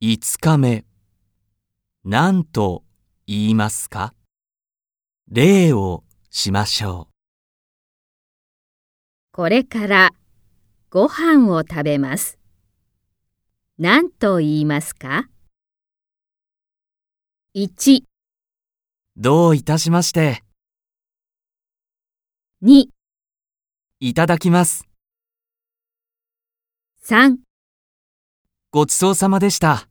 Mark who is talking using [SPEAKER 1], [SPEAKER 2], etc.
[SPEAKER 1] 5日目、何と言いますか例をしましょ
[SPEAKER 2] これからご飯を食べます。何と言いますか ?1、
[SPEAKER 1] う。どういたしまして、
[SPEAKER 2] 2、
[SPEAKER 1] いただきます。
[SPEAKER 2] 3
[SPEAKER 1] ごちそうさまでした。